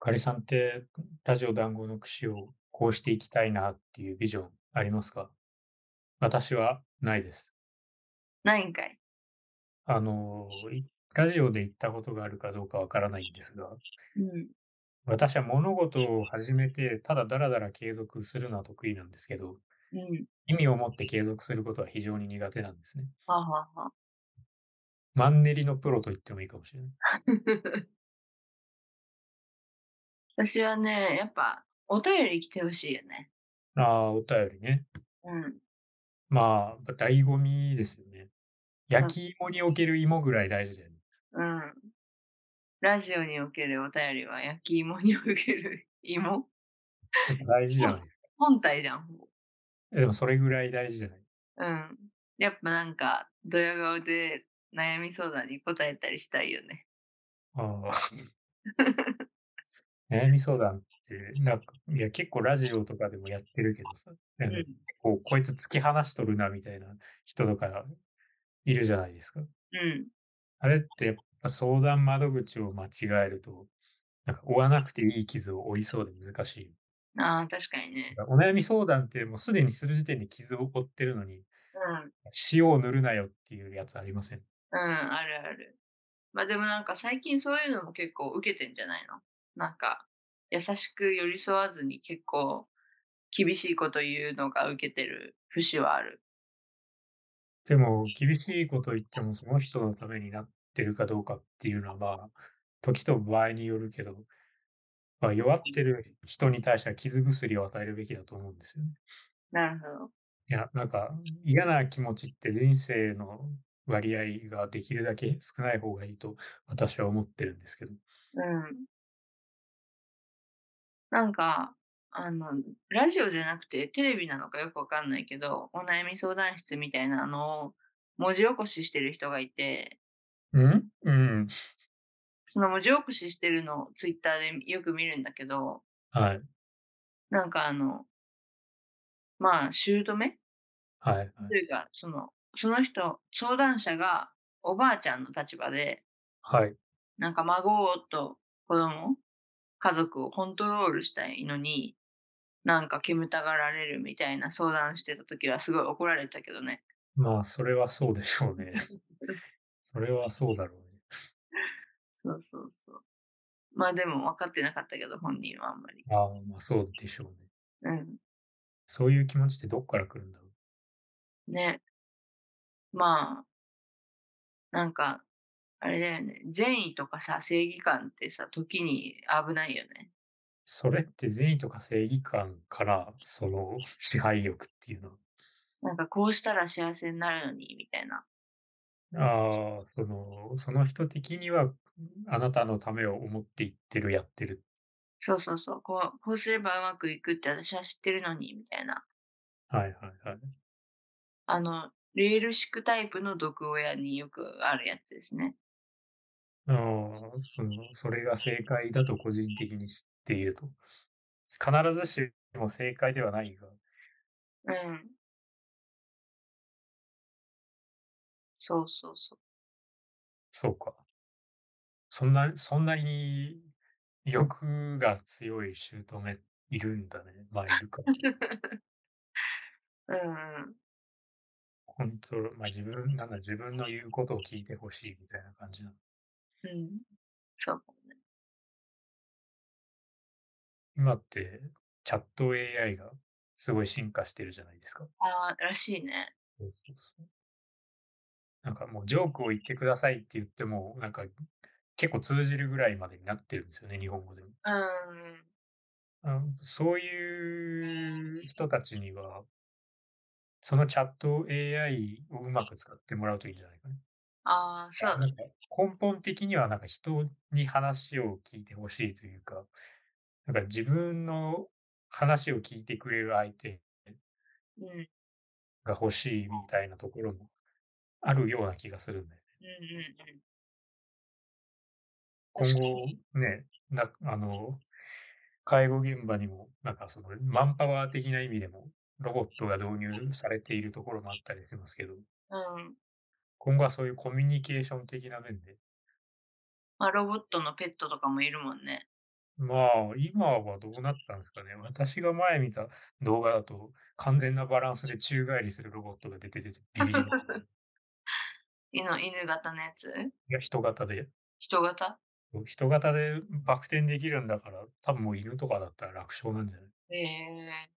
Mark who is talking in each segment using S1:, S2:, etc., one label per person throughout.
S1: かりさんって、ラジオ談合の串をこうしていきたいなっていうビジョンありますか私はないです。
S2: ないんかい。
S1: あの、いラジオで言ったことがあるかどうかわからないんですが、
S2: うん。
S1: 私は物事を始めて、ただだらだら継続するのは得意なんですけど、
S2: うん。
S1: 意味を持って継続することは非常に苦手なんですね。
S2: はあ、はあはあ、
S1: マンネリのプロと言ってもいいかもしれない。
S2: 私はね、やっぱ、お便り来てほしいよね。
S1: ああ、お便りね。
S2: うん。
S1: まあ、醍醐味ですよね。
S2: う
S1: 焼
S2: ん。
S1: き芋における芋ぐらい大事だよね。
S2: うん。ラジオにおけるお便りは焼き芋における芋
S1: やっぱ大事じゃ
S2: ほ
S1: ないですか。
S2: 本体じゃん。ほぼ
S1: えでもそれぐらい大事じゃない。
S2: うん。やっぱなんか、ドヤ顔で悩み相談に答えたりしたいよね。
S1: あ あ。悩み相談って、なんか、いや、結構ラジオとかでもやってるけどさ、なん
S2: う
S1: か、
S2: ん。
S1: こう、こいつ突き放しとるな、みたいな人とかいるじゃないですか。
S2: うん。
S1: あれってやっぱ相談窓口を間違えると、なんか、負わなくていい傷を負いそうで難しい。
S2: ああ、確かにね。
S1: お悩み相談ってもうすでにする時点で傷を負ってるのに、
S2: うん。
S1: 塩を塗るなよっていうやつありません。
S2: うん、あるある。まあでもなんか最近そういうのも結構受けてんじゃないのなんか、優しく寄り添わずに結構厳しいこと言うのが受けてる節はある。
S1: でも、厳しいこと言っても、その人のためになってるかどうかっていうのは、まあ、時と場合によるけど、まあ、弱ってる人に対しては傷薬を与えるべきだと思うんですよね。
S2: なるほど。
S1: いや、なんか、嫌な気持ちって人生の割合ができるだけ少ない方がいいと私は思ってるんですけど。
S2: うん。なんか、あの、ラジオじゃなくてテレビなのかよくわかんないけど、お悩み相談室みたいなのを文字起こししてる人がいて、
S1: うんうん。
S2: その文字起こししてるのをツイッターでよく見るんだけど、
S1: はい。
S2: なんかあの、まあ、姑
S1: はい。は
S2: と
S1: い。
S2: いうか、その、その人、相談者がおばあちゃんの立場で、
S1: はい。
S2: なんか孫と子供、家族をコントロールしたいのに、なんか煙たがられるみたいな相談してた時はすごい怒られたけどね。
S1: まあ、それはそうでしょうね。それはそうだろうね。
S2: そうそうそう。まあでも分かってなかったけど、本人はあんまり。
S1: ああ、まあ、そうでしょうね。
S2: うん。
S1: そういう気持ちってどっから来るんだろう。
S2: ね。まあ、なんか、あれだよね。善意とかさ、正義感ってさ、時に危ないよね。
S1: それって善意とか正義感からその 支配欲っていうの
S2: なんかこうしたら幸せになるのに、みたいな。
S1: は、ああ、その、その人的にはあなたのためを思って言ってる、やってる。
S2: そうそうそう、こう、こうすればうまくいくって私は知ってるのに、みたいな。
S1: はいはいはい。
S2: あの、レール敷くタイプの毒親によくあるやつですね。
S1: ああ、その、それが正解だと個人的に知っていると。必ずしも正解ではないが、
S2: うん。そうそうそう。
S1: そうか。そんな、そんなに欲が強い姑いるんだね。まあいるか。
S2: うん。
S1: コントロール、まあ自分、なんか自分の言うことを聞いてほしいみたいな感じなの。
S2: うん。そうかもね。
S1: 今ってチャット AI がすごい進化してるじゃないですか。
S2: ああ、らしいね。
S1: そうそうそうなんかもうジョークを言ってくださいって言っても、なんか結構通じるぐらいまでになってるんですよね、日本語でも。
S2: う
S1: あ
S2: ん。
S1: のそういう人たちには、そのチャット AI をうまく使ってもらうといいんじゃないかな。
S2: ああ、そうだ
S1: なん
S2: ね。
S1: か根本的にはなんか人に話を聞いてほしいというか、なんか自分の話を聞いてくれる相手
S2: うん。うん
S1: が欲しいみたいなところもあるような気がするんだよね。
S2: うん
S1: 今
S2: うん。確か
S1: 後ね、なあの、介護現場にも、なんかそのマンパワー的な意味でもロボットが導入されているところもあったりしますけど、
S2: に。うん。
S1: 今後はそういうコミュニケーション的な面で、
S2: まあ、ロボットのペットとかもいるもんね。
S1: まあ、今はどうなったんですかね。私が前見た動画だと、完全なバランスで宙返りするロボットが出てきて、ビビりま した。い
S2: 犬、犬型のやつ
S1: や、人型で。
S2: 人型
S1: 人型でバク転できるんだから、多分もう犬とかだったら楽勝なんじゃない
S2: へえ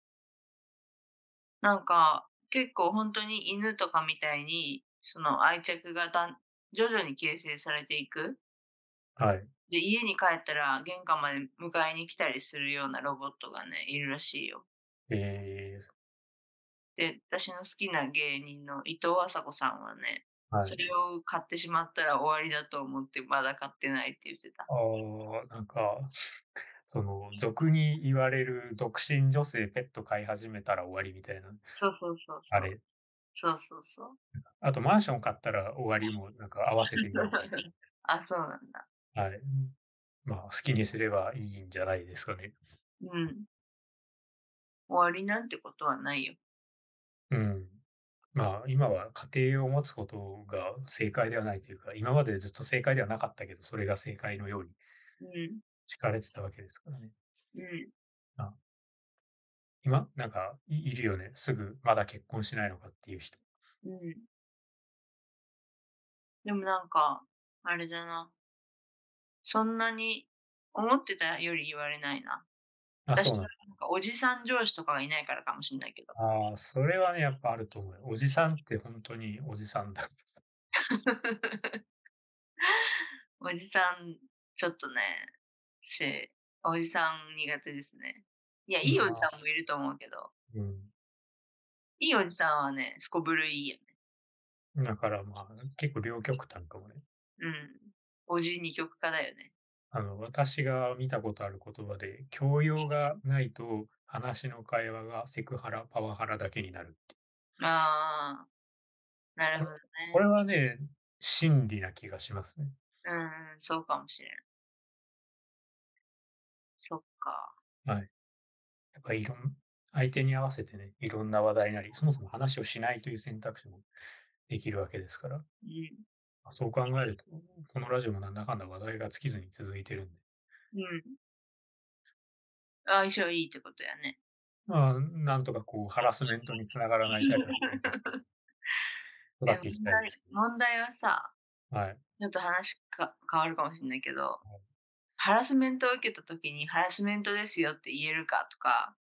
S2: なんか、結構本当に犬とかみたいに、その愛着がだん徐々に形成されていく。
S1: はい。
S2: で、家に帰ったら玄関まで迎えに来たりするようなロボットがね、いるらしいよ。
S1: え
S2: で、私の好きな芸人の伊藤麻子さんはね、
S1: ー、は
S2: そ
S1: い。
S2: れを買ってしまったら終わりだと思ってまだ買ってないって言ってた。
S1: ああ、なんか、その、俗に言われる独身女性ペット飼い始めたら終わりみたいな、
S2: そうそうそうそう。
S1: あれ。
S2: そうそうそう。
S1: あと、マンション買ったら終わりも、なんか合わせて言う
S2: あ、そうなんだ。
S1: はい。まあ、好きにすればいいんじゃないですかね。
S2: うん。終わりなんてことはないよ。
S1: うん。まあ、今は家庭を持つことが正解ではないというか、今までずっと正解ではなかったけど、それが正解のように
S2: うん。
S1: 敷かれてたわけですからね。
S2: うん。
S1: 今、なんかい、いるよね。すぐ、まだ結婚しないのかっていう人。
S2: うん。でもなんか、あれだな。そんなに思ってたより言われないな。
S1: あ、
S2: 私
S1: そうなんだ。
S2: なんかおじさん上司とかがいないからかもしれないけど。
S1: ああ、それはね、やっぱあると思うよ。おじさんって本当におじさんだからさ。
S2: おじさん、ちょっとね、私、おじさん苦手ですね。いや、いいおじさんもいると思うけど、
S1: うん。
S2: いいおじさんはね、すこぶるいいよね。
S1: だからまあ、結構両極端かもね。
S2: うん。おじ二極化だよね。
S1: あの、私が見たことある言葉で、教養がないと話の会話がセクハラ、パワハラだけになるって。
S2: ああ、なるほどね。
S1: これはね、真理な気がしますね。
S2: うん、そうかもしれん。そっか。
S1: やっぱいろん、相手に合わせてね、いろんな話題なり、そもそも話をしないという選択肢もできるわけですから、
S2: うん。
S1: そう考えると、このラジオもなんだかんだ話題が尽きずに続いてるんで、
S2: うん。相性いいってことやね。
S1: まあ、なんとかこう、ハラスメントにつながらないタイプの人に育っていきたいですね。
S2: 問題はさ、
S1: はい。
S2: ちょっと話か変わるかもしれないけど、ハラスメントを受けた時にハラスメントですよって言えるかとか、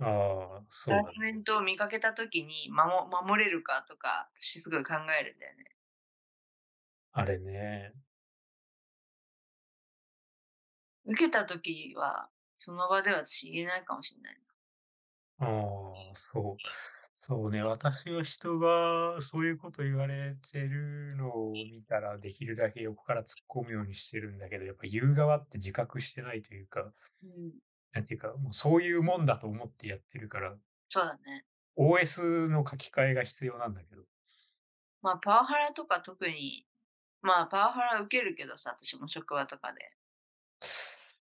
S1: ああ、
S2: ハ
S1: そうだ
S2: ラ
S1: ね
S2: スメントを見かけた時に守守れるかとか、私すごい考えるんだよね。
S1: あれね。
S2: 受けた時は、その場では私言えないかもしれない。
S1: ああ、そう。そうね。私は人がそういうこと言われてるのを見たら、できるだけ横から突っ込むようにしてるんだけど、やっぱ言う側って自覚してないというか、
S2: うん、
S1: なんていうか、もうそういうもんだと思ってやってるから、
S2: そうだね。
S1: OS の書き換えが必要なんだけど。
S2: まあ、パワハラとか特に、まあ、パワハラ受けるけどさ、私も職場とかで。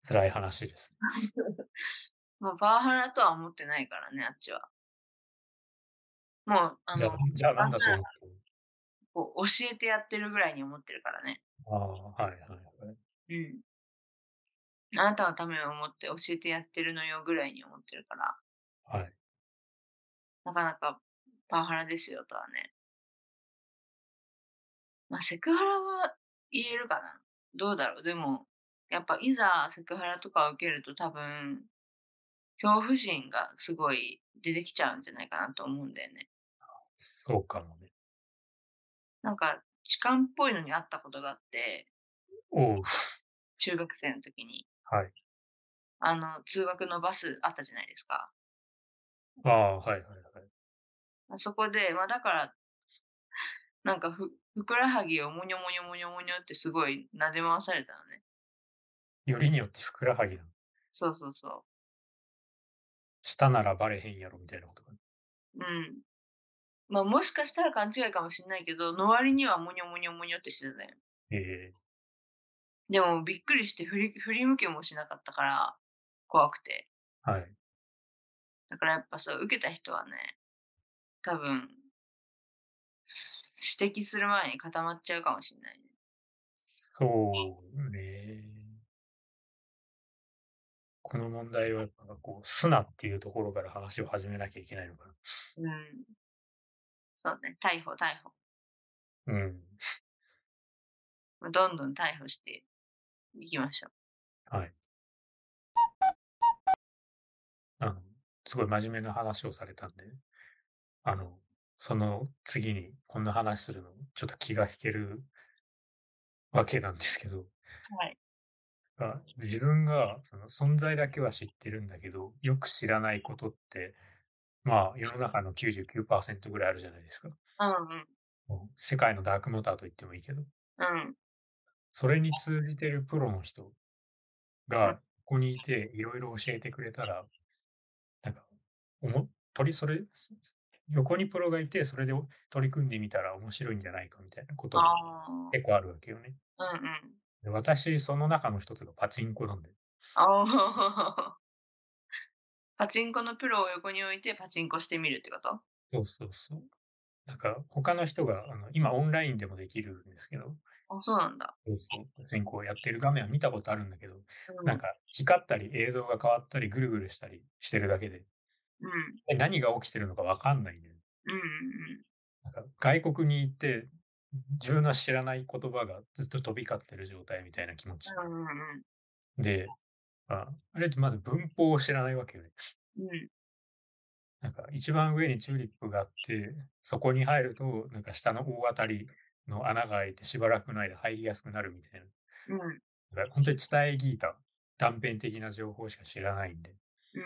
S1: 辛い話ですね。
S2: まあ、パワハラとは思ってないからね、あっちは。もう、あ
S1: じゃあ
S2: の、、
S1: じゃあなんだそう
S2: あ
S1: 思ってる
S2: こう教えてやってるぐらいに思ってるからね。
S1: ああ、はいはいはい。
S2: うん。あなたのためを思って教えてやってるのよぐらいに思ってるから、
S1: はい。
S2: なかなかパワハラですよとはね。まあ、セクハラは言えるかな。どうだろう。でも、やっぱいざセクハラとかを受けると多分、恐怖心がすごい出てきちゃうんじゃないかなと思うんだよね。
S1: そうかもね。
S2: なんか、痴漢っぽいのにあったことがあって、
S1: おう。
S2: 中学生の時に。
S1: はい。
S2: あの、通学のバスあったじゃないですか。
S1: ああ、はいはいはい。
S2: あそこで、まあだから、 なんかふ、ふくらはぎをもにょもにょもにょもにょってすごい撫で回されたのね。
S1: よりによってふくらはぎなの。
S2: そうそうそ
S1: したならバレへんやろみたいなことか。
S2: う。うん。まあもしかしたら勘違いかもしれないけど、の割にはもにょもにょもにょってしてたよ。
S1: ええ
S2: でもびっくりして振り振り向けもしなかったから、怖くて。
S1: はい。
S2: だからやっぱそう、受けた人はね、多分、指摘する前に固まっちゃうかもしれないね。
S1: そうね。この問題は、なんかこう、素直っていうところから話を始めなきゃいけないのか
S2: うん。そうね、逮捕、逮捕。
S1: な。うん。
S2: まあどんどん逮捕していきましょう。
S1: はい。あの、すごい真面目な話をされたんで、あの、その次にこんな話するの、ちょっと気が引けるわけなんですけど、
S2: はい。
S1: あ自分がその存在だけは知ってるんだけど、よく知らないことって、まあ世の中の99%ぐらいあるじゃないですか。もう世界のダークマターと言ってもいいけど。
S2: うんうん。うん。
S1: それに通じてるプロの人がここにいていろいろ教えてくれたら、なんか、おも、取り、それ、す横にプロがいて、それでお取り組んでみたら面白いんじゃないかみたいなことが
S2: ああ。
S1: 結構あるわけよね。
S2: うんうん。
S1: で私、その中の一つがパチンコなんで、
S2: ああ。 パチンコのプロを横に置いてパチンコしてみるってこと
S1: そうそうそう。なんか、他の人が、あの今オンラインでもできるんですけど、
S2: あ、そうなんだ。
S1: そうそうパチンコをやってる画面は見たことあるんだけど、
S2: うん。
S1: なんか、光ったり映像が変わったり、ぐるぐるしたりしてるだけで、
S2: うん。
S1: え何が起きてるのかわかんないんだよね。
S2: うんうん
S1: なんか外国に行って自分の知らない言葉がずっと飛び交ってる状態みたいな気持ち。
S2: うん。うんうん
S1: で、ああれってまず文法を知らないわけよね。
S2: うん。うん。
S1: なんか一番上にチューリップがあって、そこに入ると、なんか下の大当たりの穴が開いてしばらくの間入りやすくなるみたいな。
S2: うん。
S1: だから本当に伝え聞いた断片的な情報しか知らないんで。
S2: うん。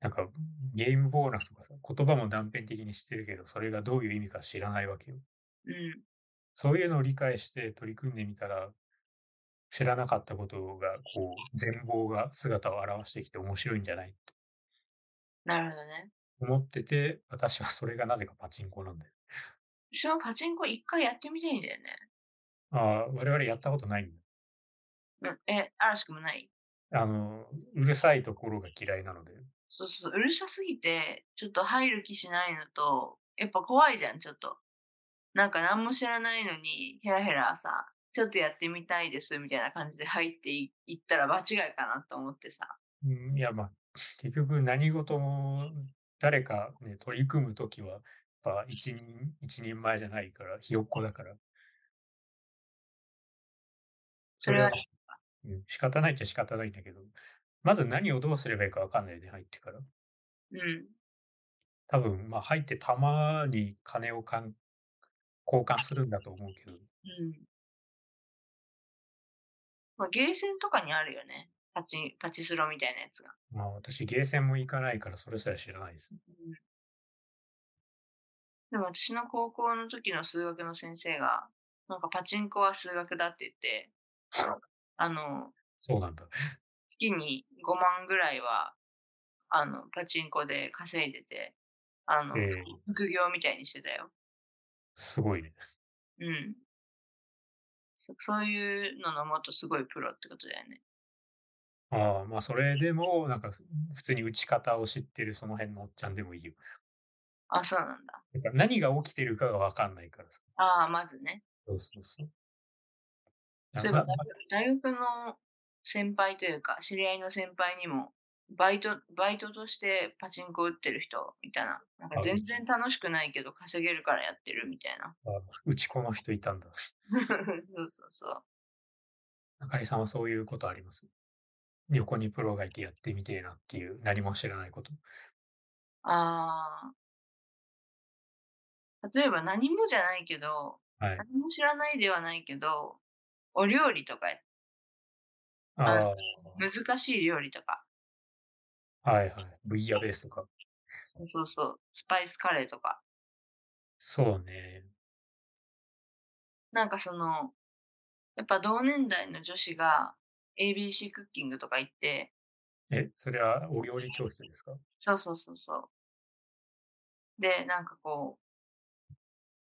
S1: なんかゲームボーナスとかさ、言葉も断片的にしてるけど、それがどういう意味か知らないわけよ。
S2: うん。
S1: そういうのを理解して取り組んでみたら、知らなかったことが、こう、全貌が姿を現してきて面白いんじゃないって
S2: なるほどね。
S1: 思ってて、私はそれがなぜかパチンコなんだよ。
S2: 私もパチンコ一回やってみたいんだよね。
S1: ああ、我々やったことないん
S2: うん、え、嵐くんもない
S1: だ。あの、うるさいところが嫌いなので。
S2: そうそう、うるさすぎて、ちょっと入る気しないのと、やっぱ怖いじゃん、ちょっと。なんか何も知らないのに、ヘラヘラさ、ちょっとやってみたいです、みたいな感じで入っていいったら場違いかなと思ってさ。
S1: うんいや、まあ、結局何事も誰かね、取り組むときは、やっぱ一人、一人前じゃないから、ひよっこだから。
S2: それは、
S1: うん仕方ないっちゃ仕方ないんだけど、まず何をどうすればいいかわかんないよね、入ってから。
S2: うん、
S1: 多分、まあ、入ってたまに金をかん交換するんだと思うけど、
S2: うん。まあ、ゲーセンとかにあるよね。パチ、パチスロみたいなやつが。
S1: まあ、私、ゲーセンも行かないから、それすら知らないです。
S2: うんでも私の高校の時の数学の先生が、なんかパチンコは数学だって言って、あの、
S1: そうなんだ。
S2: 月に5万ぐらいは、あの、パチンコで稼いでて、あの、
S1: ええ
S2: 副業みたいにしてたよ。
S1: すごいね。
S2: うん。そそういうののもっとすごいプロってことだよね。
S1: ああ、まあ、それでも、なんか、普通に打ち方を知ってるその辺のおっちゃんでもいいよ。
S2: あ、そうなんだ。
S1: やっぱ何が起きてるかがわかんないからさ。
S2: ああ、まずね。
S1: そうそうそう。
S2: そういえ
S1: ま
S2: ば
S1: ま
S2: 大学大学の先輩というか、知り合いの先輩にも、バイト、バイトとしてパチンコ打ってる人いたな。なんか
S1: あ
S2: 全然楽しくないけど稼げるからやってるみたいな。
S1: あ打ち子の人いたんだ。
S2: そうそうそう。
S1: あかりさんはそういうことあります横にプロがいてやってみてえなっていう、何も知らないこと。
S2: ああ。例えば何もじゃないけど、
S1: はい。
S2: 何も知らないではないけど、お料理とか、
S1: あ
S2: 難しい料理とか、
S1: あ、はいはい。ブイヤベースとか。
S2: そうそうそう、スパイスカレーとか、
S1: そうね。
S2: なんかその、やっぱ同年代の女子が ABC クッキングとか行って、
S1: え、それはお料理教室ですか
S2: そうそうそうそう。で、なんかこう、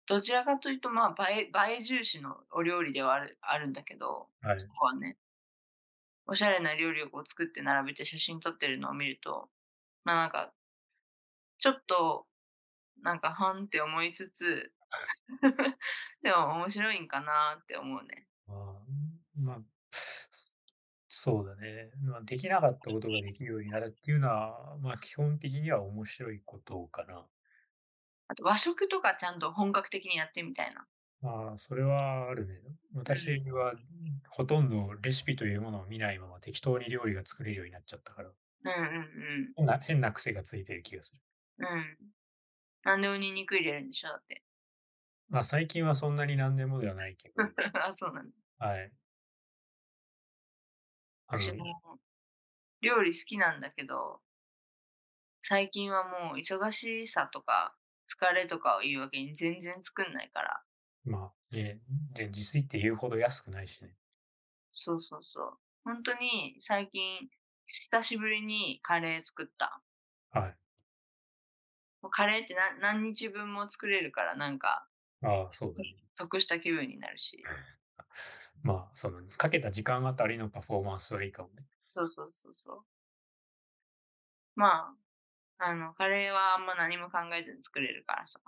S2: どちらかというと、まあ、映え、映え重視のお料理ではあるあるんだけど、
S1: はい
S2: そ。こはね、おしゃれな料理をこう作って並べて写真撮ってるのを見ると、まあなんか、ちょっと、なんか、はんって思いつつ、 でも面白いんかなって思うね。
S1: あーまあ、そうだね。まあ、できなかったことができるようになるっていうのは、まあ、基本的には面白いことかな。
S2: あと和食とかちゃんと本格的にやってみたいな。
S1: まあ、それはあるね。私はほとんどレシピというものを見ないまま適当に料理が作れるようになっちゃったから、
S2: うんうん
S1: 変な変な癖がついてる気がする。
S2: うん。うん。なんでおに肉入れるんでしょだって。
S1: まあ、最近はそんなに何でもではないけど、
S2: あ、そうなんだ。
S1: はい。あ
S2: 私
S1: の、
S2: も料理好きなんだけど、最近はもう忙しさとか疲れとかを言い訳に全然作んないから、
S1: まあ、ね、で自炊って言うほど安くないしね。
S2: そうそうそう。本当に最近久しぶりにカレー作った。
S1: はい。
S2: もうカレーって何何日分も作れるからなんか
S1: ああ、そうだね。
S2: 得した気分になるし。
S1: まあ、その、かけた時間あたりのパフォーマンスはいいかもね。
S2: そうそうそうそう。まあ、あの、カレーはあんま何も考えずに作れるからさ。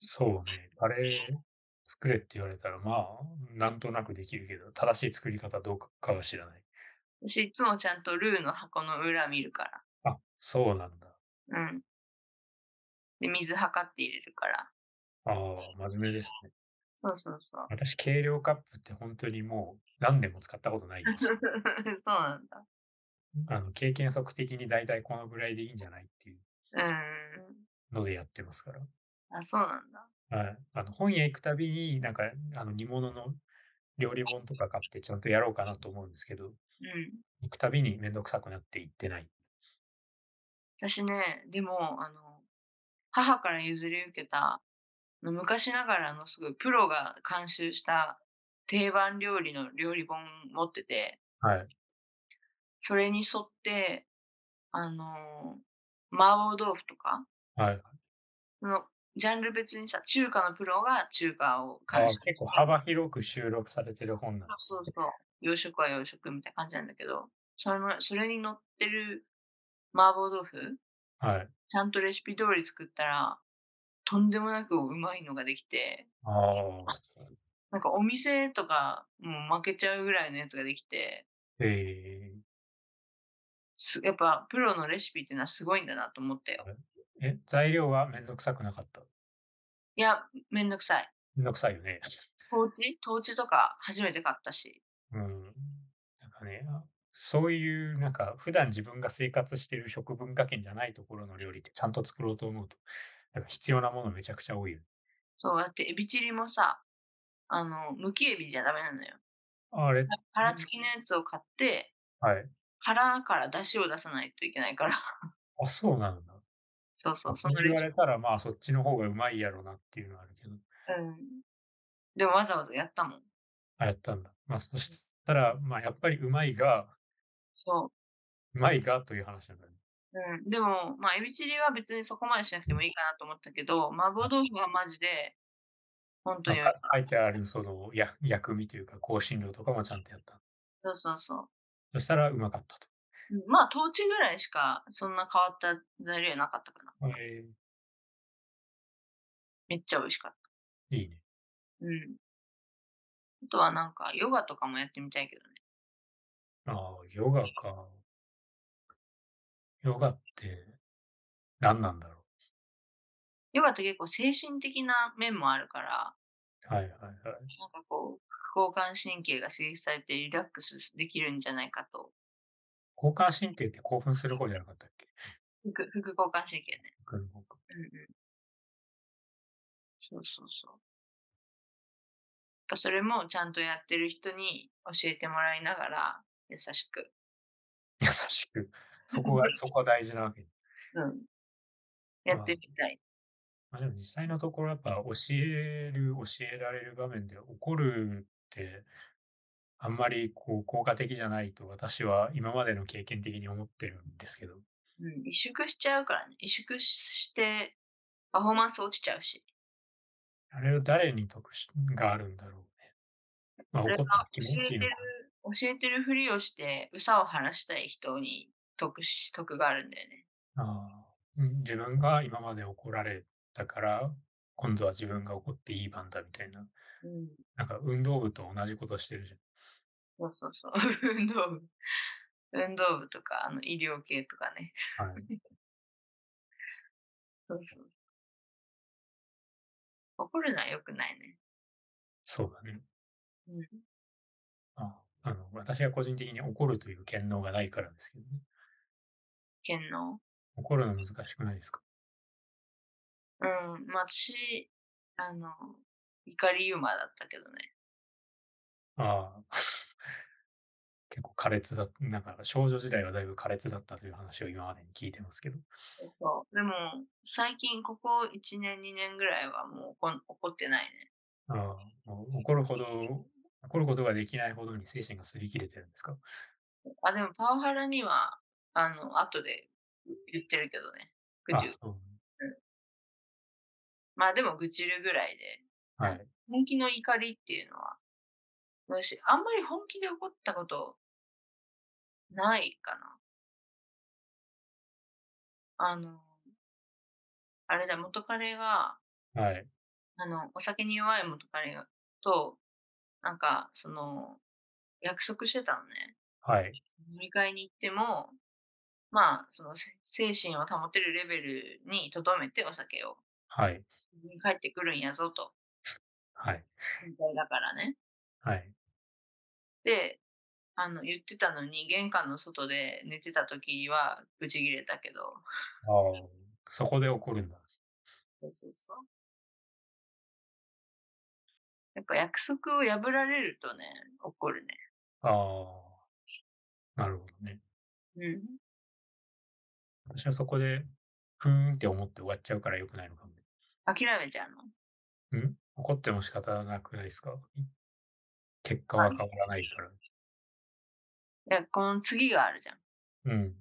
S1: そうね。カレー作れって言われたら、まあ、なんとなくできるけど、正しい作り方どうかは知らない。
S2: 私いつもちゃんとルーの箱の裏見るか
S1: あ、そうなんだ。
S2: ら。うん。で、水測って入れるから。
S1: ああ、真面目ですね。
S2: そうそうそう。
S1: 私、計量カップって本当にもう何年も使ったことないんです
S2: そ
S1: よ。
S2: うなんだ。
S1: あの、経験則的に大体このぐらいでいいんじゃないっていうのでやってますから。
S2: うん。あ、そうなんだ。
S1: はい。あの、本屋行くたびに、なんか、あの、煮物の料理本とか買ってちゃんとやろうかなと思うんですけど、
S2: うん。
S1: 行くたびにめんどくさくなって行ってない。
S2: 私ね、でも、あの、母から譲り受けた、あの昔ながらのすごいプロが監修した定番料理の料理本持ってて、
S1: はい。
S2: それに沿って、あのー麻婆豆腐とか、
S1: はい。
S2: そのジャンル別にさ、中華のプロが中華を
S1: あ
S2: 監修
S1: 結構幅広く収録されてる本なんです
S2: そうそうそう。洋食は洋食みたいな感じなんだけど、それのそれに載ってる麻婆豆腐、
S1: ね。はい。
S2: ちゃんとレシピ通り作ったら、とんでもなくうまいのができて、
S1: ああ。
S2: なんかお店とかもう負けちゃうぐらいのやつができて、
S1: え
S2: すやっぱプロのレシピってのはすごいんだなと思ったよ。
S1: ー、え、材料はめんどくさくなかった。
S2: いや、めんどくさい。
S1: めんどくさいよね。
S2: トーチトーチとか初めて買ったし。
S1: うん。なんかね、あそういう、なんか、普段自分が生活してる食文化圏じゃないところの料理ってちゃんと作ろうと思うと、なんか必要なものめちゃくちゃ多いよね。
S2: そうやってエビチリもさ、あの、むきエビじゃダメなのよ。
S1: あれ、
S2: 殻付きのやつを買って、
S1: はい。
S2: 殻から出汁を出さないといけないから。
S1: あ、そうなんだ。
S2: そうそう、
S1: そ
S2: そ
S1: う
S2: のレ
S1: 言
S2: シ
S1: わ
S2: ピ。
S1: れたら、まあ、そっちの方がうまいやろなっていうのはあるけど、
S2: うん。でもわざわざやったもん。
S1: あ、やったんだ。まあ、そしたら、まあ、やっぱりうまいが、
S2: そう
S1: まいがという話なんだね。
S2: う。うん、でも、まあ、エビチリは別にそこまでしなくてもいいかなと思ったけど、麻婆豆腐はマジで、本当
S1: まあ
S2: に、
S1: か書いてある、その、や薬味というか、香辛料とかもちゃんとやった。
S2: そうそうそ
S1: そしたら、うまかったと。
S2: う。うんまあ、トーチぐらいしか、そんな変わった材料なかったかな。
S1: え
S2: めっちゃ美味しかった。
S1: ーいいね。
S2: うん。あとはなんか、ヨガとかもやってみたいけどね。
S1: ああ、ヨガか。ヨガって、何なんだろ
S2: ヨガって結構精神的な面もあるから、
S1: う。はいはいはい。
S2: なんかこう、副交感神経が刺激されてリラックスできるんじゃないかと。
S1: 交感神経って興奮する方じゃなかったっけ
S2: 副副交感神経ね。
S1: 僕の方か
S2: うんうん。そうそうそう。やっぱそれもちゃんとやってる人に教えてもらいながら、優しく。
S1: 優しく。そこが、そこは大事なわけね
S2: うん。やってみたい。
S1: まあ、でも実際のところやっぱ教える教えられる場面で怒るってあんまりこう効果的じゃないと私は今までの経験的に思ってるんですけど
S2: うん。萎縮しちゃうからね。萎縮して、パフォーマンス落ちちゃうし。
S1: あれを誰に得しがあるんだろうね。まあ
S2: それ
S1: 怒
S2: が
S1: った気
S2: 教
S1: 持ちい
S2: えて
S1: いの
S2: る
S1: か、
S2: 教えてるふりをして、憂さを晴らしたい人に得し、得があるんだよね。
S1: なあうん自分が今まで怒られたから今度は自分が怒っていい番だみたいな
S2: うん。
S1: なんか運動部と同じことしてるじゃん。
S2: そうそうそう。 運動部。運動部とか、あの、医療系とかね。
S1: はい。
S2: そうそう。怒るのは良くないね。
S1: そうだね。
S2: うん。
S1: ああの私は個人的に怒るという権能がないからですけどね。
S2: 剣の。
S1: 怒るの難しくないですか
S2: うん。まあ、私、あの、怒りユーマだったけどね。
S1: あ あ。結構苛烈だ、なんか少女時代はだいぶ苛烈だったという話を今までに聞いてますけど。
S2: そう。でも、最近ここ1年、2年ぐらいはもう怒ん怒ってないね。
S1: ああ、もう怒るほど、怒ることができないほどに精神が擦り切れてるんですか
S2: あ、でもパワハラには、あの、後で言ってるけどね。愚
S1: あ
S2: 痴。
S1: そう。
S2: まあでも愚痴るぐらいで、
S1: はい。
S2: 本気の怒りっていうのは、私、あんまり本気で怒ったこと、ないかな。あの、あれだ、元彼が、
S1: はい。
S2: あの、お酒に弱い元彼がと、なんか、その、約束してたのね。
S1: はい。
S2: 飲み会に行っても、まあ、そのせ精神を保てるレベルにとどめてお酒を
S1: はい。
S2: 帰ってくるんやぞと、
S1: はい。
S2: 心配だからね。
S1: はい。
S2: で、あの、言ってたのに、玄関の外で寝てた時は、ブチ切れたけど、
S1: ああ、そこで怒るんだ。
S2: そうそうそう。やっぱ約束を破られるとね、怒るね。
S1: ああ、なるほどね。
S2: うん。
S1: 私はそこで、ふーんって思って終わっちゃうから良くないのかも。
S2: 諦めちゃうの。
S1: ん怒っても仕方なくないですか結果は変わらないから。
S2: いや、この次があるじゃん。
S1: うん。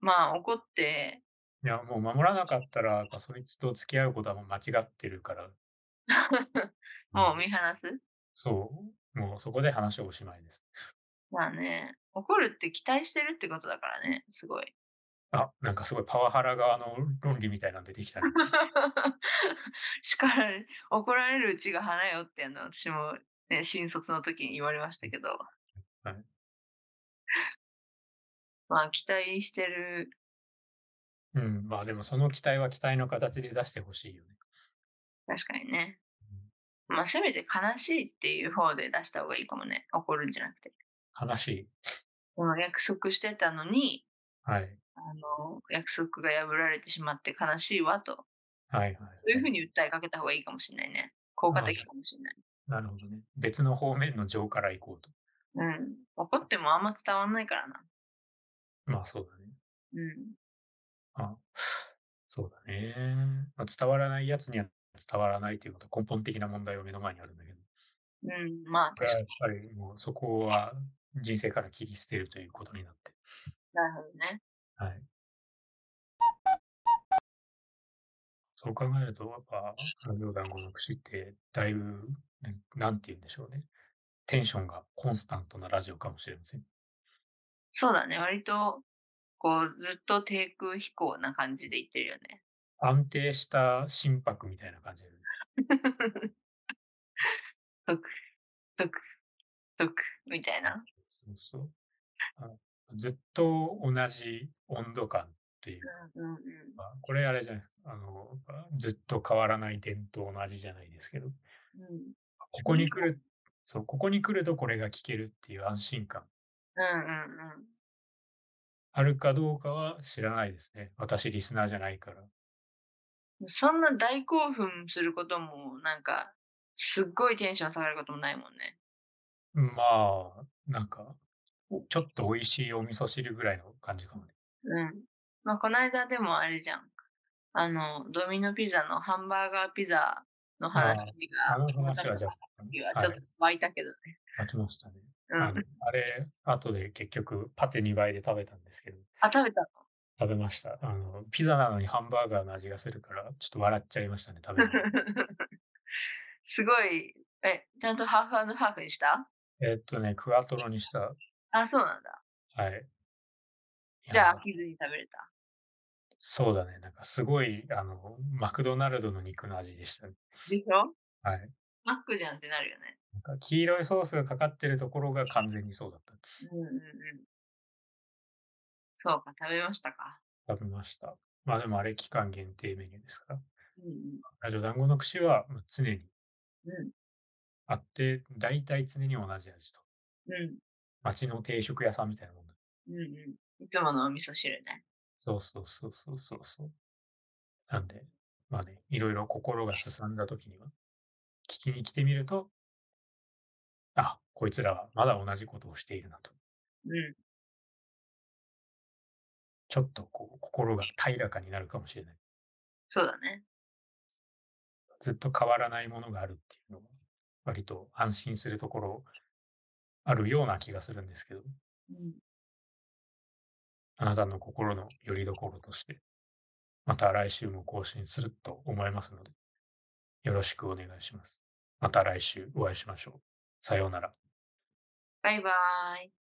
S2: まあ、怒って、
S1: いや、もう守らなかったら、まあそいつと付き合うことはもう間違ってる から。
S2: もうん見放す
S1: そう。もうそこで話はおしまいです。
S2: まあね、怒るって期待してるってことだからね、すごい。
S1: あ、なんかすごいパワハラ側の論理みたいなの出てきた ね。
S2: 叱られ、怒られるうちが花よっていうの私も、ね、新卒の時に言われましたけど。
S1: はい
S2: まあ、期待してる。
S1: うん。まあでもその期待は期待の形で出してほしいよね。
S2: 確かにね。まあ、せめて悲しいっていう方で出した方がいいかもね。怒るんじゃなくて。
S1: 悲しい。
S2: この約束してたのに、
S1: はい。
S2: あの、約束が破られてしまって悲しいわと。
S1: はいはい。
S2: そういうふうに訴えかけた方がいいかもしれないね。効果的かもしれない。
S1: なるほどね。別の方面の情から行こうと。
S2: うん。怒ってもあんま伝わんないからな。
S1: まあそうだね。
S2: うん。
S1: あ、そうだね。まあ、伝わらないやつには伝わらないということ、根本的な問題が目の前にあるんだけど、
S2: うん、まあ、
S1: これは
S2: 確か
S1: やっぱりもうそこは人生から切り捨てるということになって。
S2: になるほどね。
S1: はい。そう考えると、やっぱ、あの、団子の串って、だいぶ、ねなんて言うんでしょうね。テンションがコンスタントなラジオかもしれません。
S2: そうだね。割と、こう、ずっと低空飛行な感じで言ってるよね。
S1: 安定した心拍みたいな感じで。
S2: ドク、ドク、ドク、みたいな。
S1: そうそうあのずっと同じ温度感という
S2: うんうんうん。
S1: まあ、これあれじゃないあの、ずっと変わらない伝統の味じゃないですけど、
S2: うん、
S1: ここに来る、そう、ここに来るとこれが聞けるっていう安心感、
S2: うんうんうん。
S1: あるかどうかは知らないですね。私、リスナーじゃないから。
S2: そんな大興奮することも、なんか、すっごいテンション下がることもないもんね。
S1: まあ、なんか、おちょっと美味しいお味噌汁ぐらいの感じかもね。
S2: うん。まあ、この間でもあれじゃん。あの、ドミノピザのハンバーガーピザの話が、
S1: あの話はじゃあ、
S2: はち
S1: は
S2: ょっ
S1: い
S2: と、湧いたけどね。
S1: 飽きましたね。
S2: う
S1: あ
S2: ん
S1: の。あれ、後で結局、パテ2倍で食べたんですけど、
S2: あ、食べたの
S1: 食べました。あの、ピザなのにハンバーガーの味がするから、ちょっと笑っちゃいましたね、食べな がら
S2: すごい。え、ちゃんとハーフハーフにした
S1: えーっとね、クワトロにした。
S2: あ、そうなんだ。
S1: はい。い
S2: じゃ
S1: や
S2: あ飽きずに食べれた。
S1: そうだね。なんかすごい、あの、マクドナルドの肉の味でしたね。
S2: でしょ
S1: はい。
S2: マックじゃんってなるよね。
S1: なんか黄色いソースがかかってるところが完全にそうだった。
S2: うんうんうん。そうか、食べましたか。
S1: 食べました。まあでもあれ期間限定メニューですから。
S2: うんうん。
S1: ラジオ団子の串はまあ常に
S2: うん
S1: あって、大体常に同じ味と。
S2: うん。
S1: 町の定食屋さんみたいなもんだ。
S2: うんうん。いつものお味噌汁ね。
S1: そうそうそうそうそうそう。なんで、まあね、いろいろ心がすさんだ時には、聞きに来てみると、あ、こいつらはまだ同じことをしているなと。
S2: うん。
S1: ちょっとこう、心が平らかになるかもしれない。
S2: そうだね。
S1: ずっと変わらないものがあるっていうのは、割と安心するところあるような気がするんですけど、
S2: うん。
S1: あなたの心の拠り所として、また来週も更新すると思いますので、よろしくお願いします。また来週お会いしましょう。さようなら。
S2: バイバーイ。